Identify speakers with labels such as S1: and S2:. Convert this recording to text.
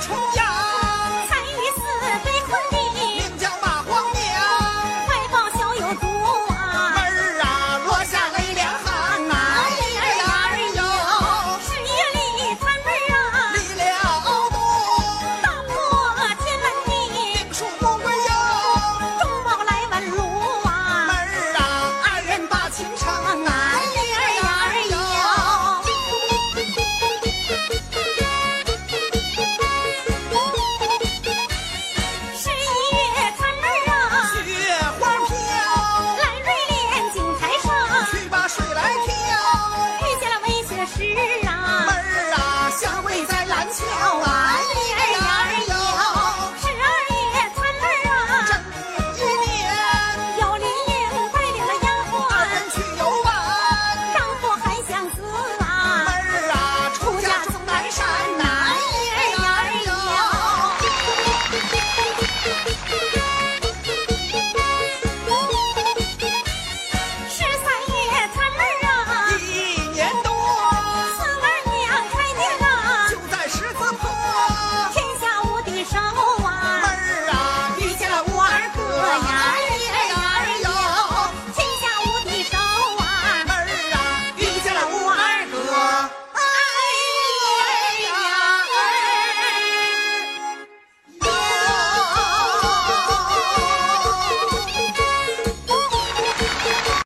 S1: 冲！